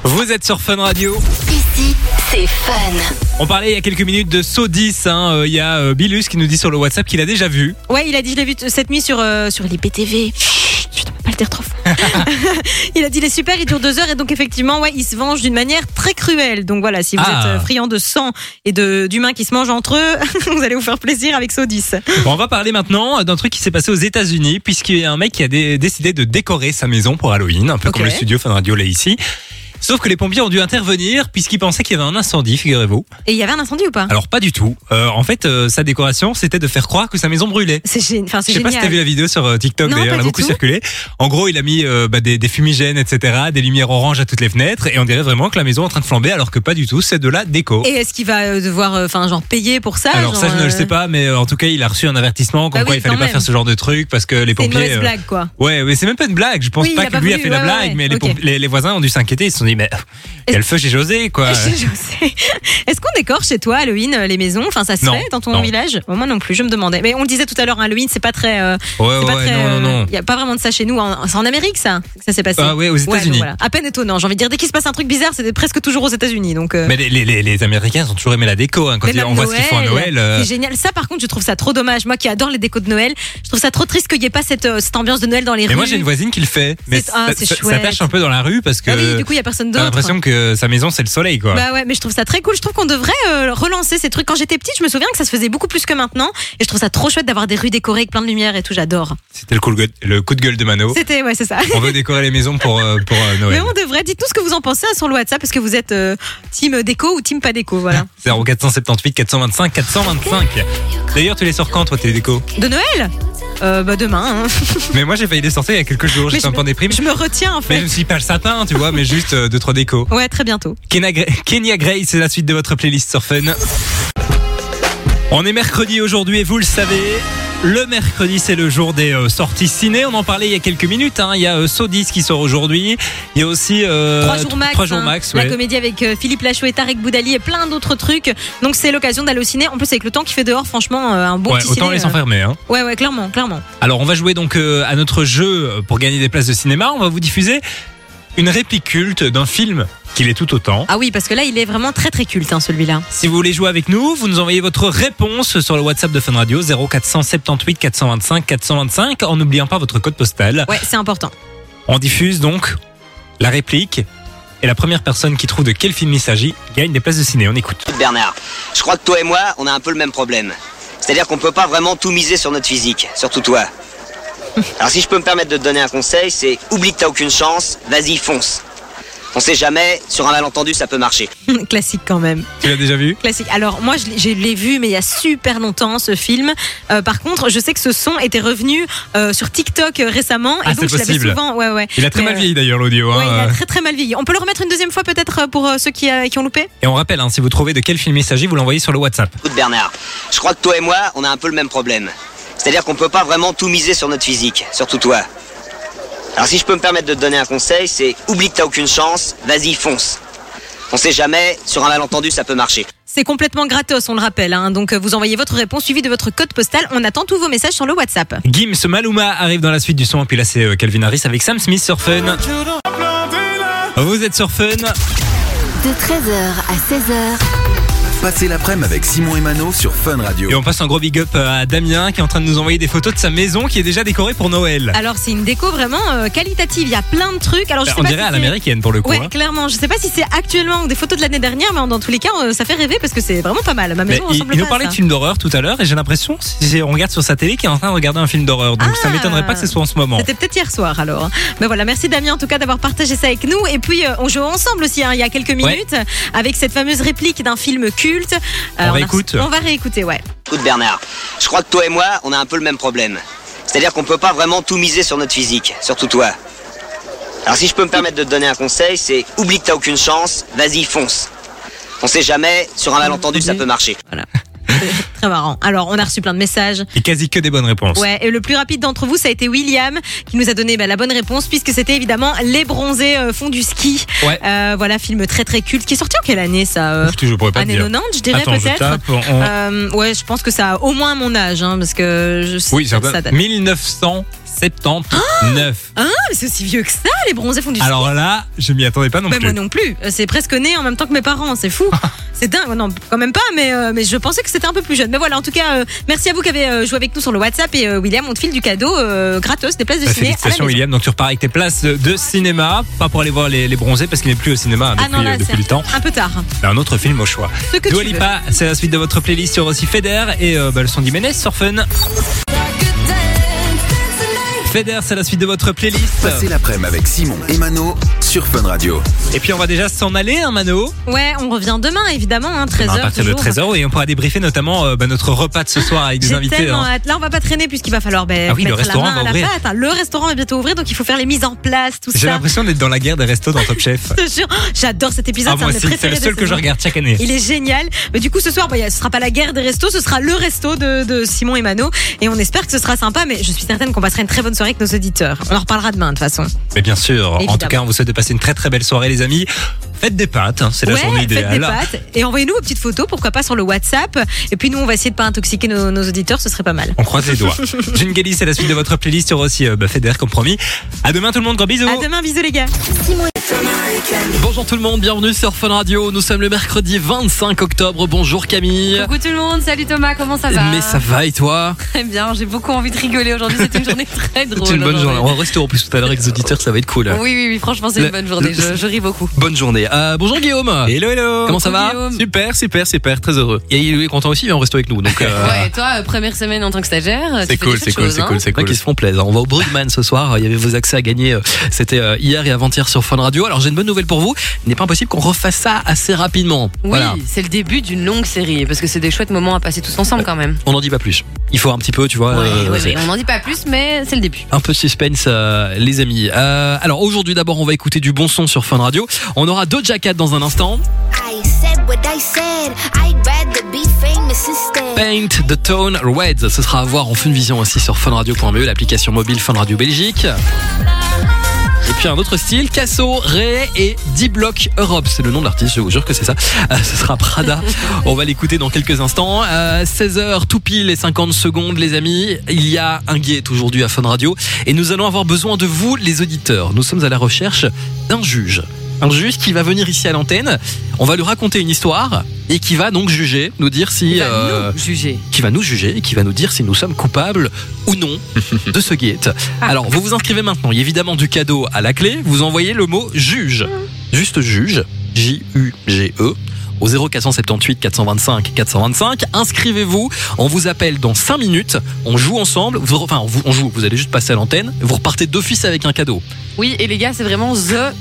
Vous êtes sur Fun Radio.
Ici, c'est fun.
On parlait il y a quelques minutes de Saw 10. hein. Euh, Il y a euh, Bilus qui nous dit sur le WhatsApp qu'il a déjà vu.
Ouais, il a dit, je l'ai vu t- cette nuit sur, euh, sur les BTV. Chut, tu dois pas le dire trop fort.
(laughs)
il a dit, il est super, il dure deux heures et donc effectivement, ouais, il se venge d'une manière très cruelle. Donc voilà, si vous
Ah.
êtes euh, friand de sang et de- d'humains qui se mangent entre eux, (laughs) vous allez vous faire plaisir avec Sodis.
Bon, on va parler maintenant euh, d'un truc qui s'est passé aux États-Unis, puisqu'il y a un mec qui a dé- décidé de décorer sa maison pour Halloween, un peu
Ok.
comme le studio Fun Radio l'est ici. Sauf que les pompiers ont dû intervenir puisqu'ils pensaient qu'il y avait un incendie, figurez-vous.
Et il y avait un incendie ou pas
Alors pas du tout. Euh, en fait, euh, sa décoration, c'était de faire croire que sa maison brûlait.
C'est gé- enfin,
Je
c'est
sais pas
génial.
si t'as vu la vidéo sur euh, TikTok
Non,
d'ailleurs,
pas
elle a
du
beaucoup
tout.
circulé. En gros, il a mis euh, bah, des, des fumigènes, etc., des lumières oranges à toutes les fenêtres, et on dirait vraiment que la maison est en train de flamber, alors que pas du tout, c'est de la déco.
et est-ce qu'il va euh, devoir, euh, enfin, genre payer pour ça
alors
genre,
ça, je ne
euh,
le sais pas, mais euh, en tout cas, il a reçu un avertissement comme
Bah
quoi
oui,
il fallait
quand
pas
même.
faire ce genre de truc parce que les
C'est une
pompiers.
mauvaise
euh,
blague, quoi.
Ouais, mais c'est même pas une blague. Je pense
Oui, il
pas
a
que
pas
lui a
voulu,
fait la
ouais,
blague,
ouais,
mais les,
ok.
pomp- les, les voisins ont dû s'inquiéter. Ils se sont dit, mais oh, il y a le feu chez
(laughs)
José, quoi.
Chez José. Est-ce qu'on décore chez toi Halloween euh, les maisons Enfin, ça se
Non,
fait dans ton
non.
village Oh, Moi non plus, je me demandais. Mais on le disait tout à l'heure, hein, Halloween, c'est pas très. euh,
Ouais,
c'est pas
Ah ouais,
très,
non, non,
euh,
non.
y a pas vraiment de ça chez nous. En- C'est en Amérique, ça, que ça s'est passé.
Ah ouais, aux
donc
États-Unis.
voilà. À peine étonnant. J'ai envie de dire, dès qu'il se passe un truc bizarre, c'est presque toujours aux États-Unis. Donc. euh,
Mais les, les, les, les Américains ils ont toujours aimé la déco. hein. Quand
même
ils- on voit ce qu'ils font à Noël. euh,
bah, C'est génial. Ça, par contre, je trouve ça trop dommage. Moi qui adore les décos de Noël, je trouve ça trop triste qu'il n'y ait pas cette, euh, cette ambiance de Noël dans les
Mais
rues.
moi j'ai une voisine qui le fait. Mais
C'est- ah,
ça-
c'est
ça, ça
chouette.
tâche un peu dans la rue parce que.
Ah oui, du coup, il n'y a personne
T'as
d'autre.
l'impression que sa maison, c'est le soleil, quoi.
Bah ouais, mais je trouve ça très cool. Je trouve qu'on devrait euh, relancer ces trucs. Quand j'étais petite, je me souviens que ça se faisait beaucoup plus que maintenant. Et je trouve ça trop chouette d'avoir des rues décorées avec plein de lumière et tout. J'adore.
C'était le coup, de gueule- le coup de gueule de Mano.
C'était, ouais, c'est ça.
On veut décorer les maisons pour, euh, pour euh,
(laughs) Mais
Noël.
on devrait. Dites-nous ce que vous en pensez hein, sur le WhatsApp parce que vous êtes euh, team déco ou team pas déco, voilà.
0478 425 425. D'ailleurs, tu les sors quand, toi, tes décos
De Noël Euh, Bah demain. hein.
Mais moi, j'ai failli les sortir il y a quelques jours,
Mais
j'étais un peu en
(laughs)
déprime.
Je me retiens en
Mais je
fait.
me suis dit, pas le sapin, tu vois, mais juste euh, deux, trois décos.
Ouais, très bientôt.
Kenya, Gra- Kenya Gray, c'est la suite de votre playlist sur Fun. On est mercredi aujourd'hui et vous le savez. Le mercredi, c'est le jour des euh, sorties ciné. On en parlait il y a quelques minutes. hein. Il y a euh, Saut 10 qui sort aujourd'hui. Il y a aussi euh,
Trois jours max.
trois jours
hein.
max,
La
ouais.
comédie avec euh, Philippe Lachaud et Tarek Boudali et plein d'autres trucs. Donc c'est l'occasion d'aller au ciné. En plus avec le temps qui fait dehors, franchement, euh, un bon
Ouais,
petit
autant
ciné,
les
euh,
enfermer. Hein.
Ouais, ouais, clairement, clairement.
Alors, on va jouer donc euh, à notre jeu pour gagner des places de cinéma. On va vous diffuser une réplique culte d'un film qu'il est tout autant.
Ah oui, parce que là, il est vraiment très très culte, hein, celui-là.
Si vous voulez jouer avec nous, vous nous envoyez votre réponse sur le WhatsApp de Fun Radio 0478 425 425 en n'oubliant pas votre code postal.
Ouais, c'est important. (laughs)
On diffuse donc la réplique et la première personne qui trouve de quel film il s'agit gagne des places de ciné. On écoute.
Bernard, je crois que toi et moi, on a un peu le même problème. C'est-à-dire qu'on peut pas vraiment tout miser sur notre physique, surtout toi. Alors si je peux me permettre de te donner un conseil, c'est oublie que t'as aucune chance, vas-y, fonce. On sait jamais, sur un malentendu, ça peut marcher.
Classique quand même.
Tu l'as déjà vu
Classique. Alors moi, je l'ai- je l'ai vu, mais il y a super longtemps ce film. Euh, par contre, je sais que ce son était revenu euh, sur TikTok euh, récemment,
Ah,
et donc
c'est
je l'avais
possible.
souvent. Ouais, ouais.
Il a très
Mais,
mal vieilli d'ailleurs l'audio.
euh, ouais,
hein.
il a très très mal vieilli. On peut le remettre une deuxième fois peut-être euh, pour euh, ceux qui, euh, qui ont loupé.
Et on rappelle, hein, si vous trouvez de quel film il s'agit, vous l'envoyez sur le WhatsApp.
Écoute Bernard, je crois que toi et moi, on a un peu le même problème. C'est-à-dire qu'on peut pas vraiment tout miser sur notre physique, surtout toi. Alors si je peux me permettre de te donner un conseil, c'est oublie que t'as aucune chance, vas-y, fonce. On sait jamais, sur un malentendu, ça peut marcher.
C'est complètement gratos, on le rappelle. hein. Donc euh, vous envoyez votre réponse suivie de votre code postal. On attend tous vos messages sur le WhatsApp.
Gims Maluma arrive dans la suite du son, et puis là c'est euh, Calvin Harris avec Sam Smith sur Fun. Vous êtes sur Fun,
De 13h à 16h,
Passez l'après-midi avec Simon et Mano sur Fun Radio.
Et on passe un gros big up euh, à Damien qui est en train de nous envoyer des photos de sa maison qui est déjà décorée pour Noël.
Alors c'est une déco vraiment euh, qualitative. Il y a plein de trucs. Alors Ah, je
Bah,
sais
on
pas
dirait
si
à
c'est-
l'américaine pour le coup.
Ouais,
hein.
clairement. Je sais pas si c'est actuellement ou des photos de l'année dernière, mais dans tous les cas, euh, ça fait rêver parce que c'est vraiment pas mal. Ma
Mais
maison
il,
ressemble
il
pas
nous
à
parlait de
ça.
films d'horreur tout à l'heure et j'ai l'impression, si on regarde sur sa télé, qu'il est en train de regarder un film d'horreur. Donc ça
Ah.
m'étonnerait pas que ce soit en ce moment.
C'était peut-être hier soir alors. Mais voilà, merci Damien en tout cas d'avoir partagé ça avec nous. Et puis euh, on joue ensemble aussi hein, il y a quelques minutes avec cette fameuse réplique d'un film culte. Euh,
On
a reçu-
réécoute.
On va réécouter, ouais.
Écoute Bernard, je crois que toi et moi, on a un peu le même problème. C'est-à-dire qu'on peut pas vraiment tout miser sur notre physique, surtout toi. Alors si je peux me permettre de te donner un conseil, c'est oublie que t'as aucune chance, vas-y, fonce. On sait jamais, sur un malentendu, ça peut marcher.
(laughs)
Très marrant. Alors on a reçu plein de messages.
Et quasi que des bonnes réponses.
Ouais, et le plus rapide d'entre vous, ça a été William qui nous a donné bah, la bonne réponse puisque c'était évidemment Les Bronzés euh, font du ski.
Ouais.
Euh, voilà, film très très culte qui est sorti en quelle année ça euh,
Ouf, je pourrais pas te
Année
dire.
90, je dirais
Attends, je
peut-être.
tape, on-
Euh, ouais, je pense que ça a au moins mon âge, hein, parce que je
Oui,
ça,
certain.
date. (gasps)
1979.
Hein, mais c'est aussi vieux que ça, les bronzés font du ski.
Alors là, je m'y attendais pas non
Ah, Bah,
plus.
moi non plus. Euh, C'est presque né en même temps que mes parents, c'est
(laughs)
fou. c'est dingue. Non, quand même pas, mais, euh, mais je pensais que c'était un peu plus jeune. Mais voilà, en tout cas, euh, merci à vous qui avez euh, joué avec nous sur le WhatsApp et euh, William, on te file du cadeau euh, gratos des places de
Bah,
ciné. À la
félicitations
maison.
William, donc tu repars avec tes places de- de cinéma, pas pour aller voir les, les bronzés parce qu'il n'est plus au cinéma
Ah
depuis, euh,
non, là,
depuis
c'est
le temps.
un peu tard.
Mais Un autre film au choix.
Ce que tu
Dua
veux.
Lipa, c'est la suite de votre playlist sur aussi Feder et euh, bah, le son d'Iménez sur Fun. Feder, c'est la suite de votre playlist.
Bah,
Passez l'après-midi avec Simon et Mano sur Fun Radio.
Et puis on va déjà s'en aller, hein, Mano.
Ouais, on revient demain, évidemment, hein, 13h.
Demain, à partir de
toujours.
13h et on pourra débriefer notamment euh, bah, notre repas de ce soir avec des
J'ai
invités.
tellement
hein.
hâte. Là, on va pas traîner puisqu'il va falloir ben,
Ah oui, le
mettre la
restaurant
main
va
à la
ouvrir.
pâte. hein. Le restaurant va bientôt ouvrir, donc il faut faire les mises en place, tout
J'ai
ça.
l'impression d'être dans la guerre des restos dans Top Chef.
(laughs) Je te jure, j'adore cet épisode.
Ah, moi
c'est un de
aussi,
mes
c'est le
préférés de
seul que je
saison.
regarde chaque année.
Il est génial. Mais du coup, ce soir, bah, y a- ce sera pas la guerre des restos, ce sera le resto de, de Simon et Mano. Et on espère que ce sera sympa, mais je suis certaine qu'on passera une très bonne soirée avec nos auditeurs. On en reparlera demain, de toute façon.
Mais bien sûr, en
Évidemment.
tout cas, on vous souhaite de passer une très très belle soirée, les amis. Faites des pâtes, hein, c'est la
ouais,
journée
faites des
idéale.
pâtes. Et envoyez-nous vos petites photos, pourquoi pas sur le WhatsApp. Et puis nous, on va essayer de pas intoxiquer nos, nos auditeurs, ce serait pas mal.
On croise les
(laughs)
doigts. June Gelly, c'est la suite de votre playlist. Il y aura aussi euh, bah, Feder, comme promis. À demain, tout le monde. Gros bisous.
À demain, bisous les gars.
Simon et
Bonjour tout le monde, bienvenue sur Fun Radio. Nous sommes le mercredi 25 octobre. Bonjour Camille.
Coucou tout le monde, salut Thomas, comment ça va
Mais ça va et toi
Très bien, j'ai beaucoup envie de rigoler aujourd'hui. C'était une journée très drôle.
C'est une bonne journée. On va rester en plus tout à l'heure avec les auditeurs, ça va être cool.
Oui, oui, oui, franchement, c'est une bonne journée. Je, je ris beaucoup.
(laughs) Bonne journée. Euh, bonjour Guillaume.
Hello, hello.
Comment ça
Coucou,
va
Guillaume.
Super, super, super, très heureux.
Et il est content aussi, il vient rester avec nous. Donc, euh,
(laughs) Ouais, et toi, euh, première semaine en tant que stagiaire, tu
C'est
fais
cool,
des
c'est
petites
cool,
choses,
c'est
hein.
cool, c'est
Il y en a
cool.
qui se font plaisir. On va au Brugman ce soir. Il y avait vos accès à gagner. euh, C'était euh, hier et avant-hier sur Fun Radio. Alors j'ai une bonne nouvelle pour vous. Il n'est pas impossible qu'on refasse ça assez rapidement.
Oui,
Voilà.
c'est le début d'une longue série, parce que c'est des chouettes moments à passer tous ensemble quand même.
On n'en dit pas plus. Il faut un petit peu, tu vois. euh,
Ouais, ouais,
c'est-
ouais, on n'en dit pas plus, mais c'est le début.
Un peu de suspense, euh, les amis. Euh, alors aujourd'hui, d'abord, on va écouter du bon son sur Fun Radio. On aura Doja Cat dans un instant.
I said what I said. I'd rather be famous instead.
Paint the Tone Red. Ce sera à voir en Fun Vision aussi sur funradio.be, E, l'application mobile Fun Radio Belgique. Et puis un autre style, Casso, Ray et D-Block Europe. C'est le nom de l'artiste, je vous jure que c'est ça. Euh, ce sera
(laughs)
Prada. On va l'écouter dans quelques instants. 16h, tout pile et 50 secondes, les amis. Il y a un guet aujourd'hui à Fun Radio. Et nous allons avoir besoin de vous, les auditeurs. Nous sommes à la recherche d'un juge. Un juge qui va venir ici à l'antenne. On va lui raconter une histoire et qui va donc juger, nous dire si.
Il va
euh,
nous juger.
qui va nous juger et qui va nous dire si nous sommes coupables ou non de ce guette. Alors, vous vous inscrivez maintenant. Il y a évidemment du cadeau à la clé. Vous envoyez le mot juge. Juste juge. J-U-G-E. Au 0478 425 425. Inscrivez-vous. On vous appelle dans 5 minutes. On joue ensemble. Vous- enfin, on vous- on joue. Vous allez juste passer à l'antenne. Vous repartez d'office avec un cadeau.
Oui, et les gars, c'est vraiment the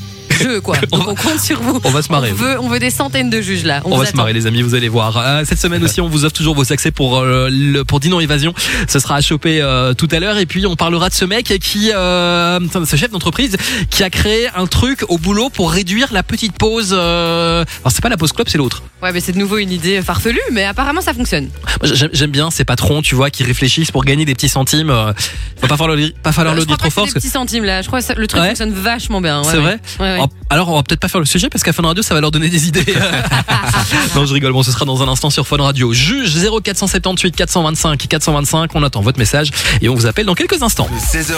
(laughs)
jeu, quoi. Donc on compte sur vous.
On va se marrer.
On veut, on veut des centaines de juges là. On,
On,
vous
va se
attend.
marrer les amis, vous allez voir. Euh, cette semaine aussi, on vous offre toujours vos accès pour euh, le pour Dinan Évasion. Ce sera à choper euh, tout à l'heure et puis on parlera de ce mec qui euh, enfin, de ce chef d'entreprise qui a créé un truc au boulot pour réduire la petite pause euh... alors c'est pas la pause club, c'est l'autre.
Ouais, mais c'est de nouveau une idée farfelue, mais apparemment ça fonctionne.
Moi, J'aime j'aime bien ces patrons, tu vois, qui réfléchissent pour gagner des petits centimes. euh, Faut pas falloir le, pas falloir
Euh,
le
je crois
dire trop
pas que
fort
c'est
parce que
des petits centimes là. Je crois que ça- le truc
Ouais.
fonctionne vachement bien. ouais,
c'est
ouais.
vrai.
Ouais, ouais.
Oh, Alors, on va peut-être pas faire le sujet parce qu'à Fun Radio, ça va leur donner des
(laughs)
idées. non, je rigole. Bon, ce sera dans un instant sur Fun Radio. Juge 0478 425 425. On attend votre message et on vous appelle dans quelques instants.
De 16h